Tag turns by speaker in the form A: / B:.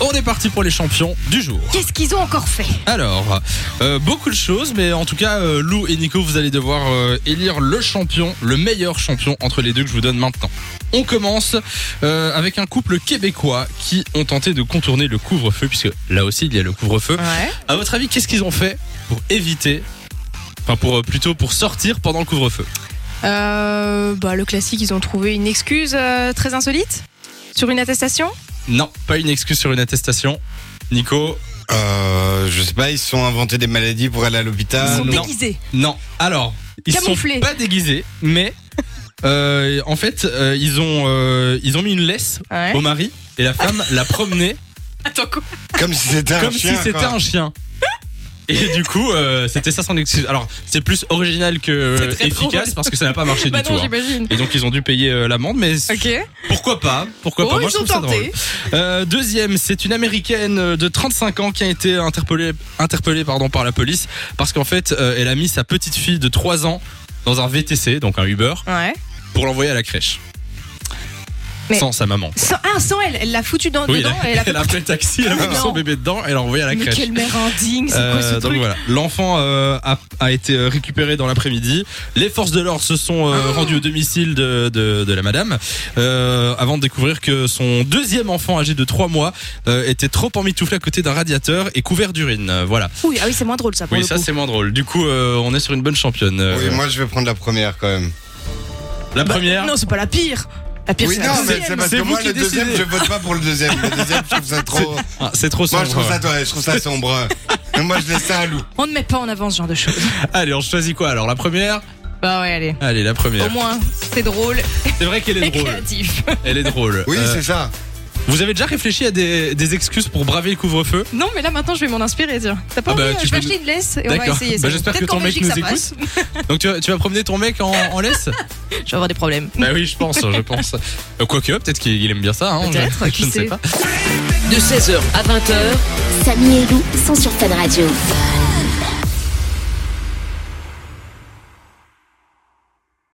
A: on est parti pour les champions du jour.
B: Qu'est-ce qu'ils ont encore fait
A: Alors, euh, beaucoup de choses, mais en tout cas, euh, Lou et Nico, vous allez devoir euh, élire le champion, le meilleur champion entre les deux que je vous donne maintenant. On commence euh, avec un couple québécois qui ont tenté de contourner le couvre-feu, puisque là aussi, il y a le couvre-feu.
B: Ouais.
A: À votre avis, qu'est-ce qu'ils ont fait pour éviter, enfin pour euh, plutôt pour sortir pendant le couvre-feu
B: Euh, bah, le classique, ils ont trouvé une excuse euh, très insolite sur une attestation.
A: Non, pas une excuse sur une attestation. Nico,
C: Euh, je sais pas, ils se sont inventés des maladies pour aller à l'hôpital.
B: Ils sont
A: Euh, non.
B: déguisés.
A: Non. Alors, ils
B: Camouflés.
A: sont pas déguisés, mais euh, en fait, euh, ils ont euh, ils ont mis une laisse
B: Ouais.
A: au mari et la femme l'a promené
B: Attends, quoi
C: Comme si c'était un
A: comme
C: chien.
A: si c'était
C: quoi.
A: un chien. Et du coup, euh, c'était ça son excuse. Alors, c'est plus original que euh,
B: C'est très
A: efficace
B: drôle.
A: parce que ça n'a pas marché
B: Bah
A: du tout.
B: non,
A: hein.
B: j'imagine.
A: Et donc, ils ont dû payer euh, l'amende, mais
B: Ok.
A: pourquoi pas Pourquoi pas
B: Oh,
A: Moi,
B: ils
A: je
B: ont
A: trouve ça drôle.
B: tenté.
A: Euh, deuxième, c'est une américaine euh, de 35 ans qui a été interpellée, interpellée pardon, par la police parce qu'en fait, euh, elle a mis sa petite fille de 3 ans dans un VTC, donc un Uber,
B: Ouais.
A: pour l'envoyer à la crèche.
B: Mais-
A: Sans sa maman.
B: Sans, ah, sans elle, elle l'a foutu dans,
A: Oui, elle
B: dedans
A: a,
B: et elle a fait-
A: elle a pris le taxi, elle a mis
B: Non.
A: son bébé dedans et l'a envoyé à la
B: Mais
A: crèche.
B: quelle mère indigne, c'est quoi
A: Euh,
B: ce
A: donc
B: truc
A: voilà, l'enfant euh, a, a été euh, récupéré dans l'après-midi. Les forces de l'ordre se sont
B: Ah.
A: euh, rendues au domicile de, de, de la madame euh, avant de découvrir que son deuxième enfant âgé de 3 mois euh, était trop emmitouflé à côté d'un radiateur et couvert d'urine. Euh, voilà.
B: Ouh, ah oui, c'est moins drôle ça pour
A: Oui,
B: le
A: ça
B: coup.
A: c'est moins drôle. Du coup, euh, on est sur une bonne championne. Euh,
C: Oui, moi je vais prendre la première quand même.
A: la
B: Bah,
A: première.
B: Non, c'est pas la pire. La pire,
C: oui,
B: c'est
C: non,
B: la
C: mais
B: deuxième.
C: c'est parce
A: C'est
C: que
A: vous
C: moi
A: qui
C: le deuxième,
A: décidez.
C: je vote pas pour le deuxième. Le deuxième, je trouve ça trop.
A: Ah, c'est trop
C: Moi je
A: sombre.
C: trouve ça, ouais, je trouve ça sombre. Mais moi je laisse ça à Lou.
B: On ne met pas en avant ce genre de choses.
A: Allez, on choisit quoi alors La première
B: Bah ouais, allez.
A: Allez, la
B: Au
A: première.
B: moins, c'est drôle
A: C'est vrai qu'elle est
B: et
A: drôle.
B: créatif.
A: Elle est drôle.
C: Oui,
A: Euh,
C: c'est ça.
A: vous avez déjà réfléchi à des, des excuses pour braver le couvre-feu
B: Non, mais là maintenant, je vais m'en inspirer. Tiens. T'as pas
A: Ah bah,
B: envie,
A: tu
B: Je vais
A: peux
B: acheter une laisse et on va
A: D'accord.
B: essayer.
A: Bah,
B: ça.
A: j'espère
B: Peut-être
A: que ton
B: qu'en
A: mec
B: Belgique, ça
A: nous
B: passe.
A: Donc tu, vas- tu vas promener ton mec en, en laisse
B: Je vais avoir des problèmes.
A: Bah oui, je pense, je pense. Euh, Quoique, peut-être qu'il il aime bien ça. Hein, je-
B: Peut-être,
A: je,
B: qui
A: ne sais
B: sait.
A: pas.
D: De 16h à 20h,
E: Samy et Lou sont sur Fun Radio.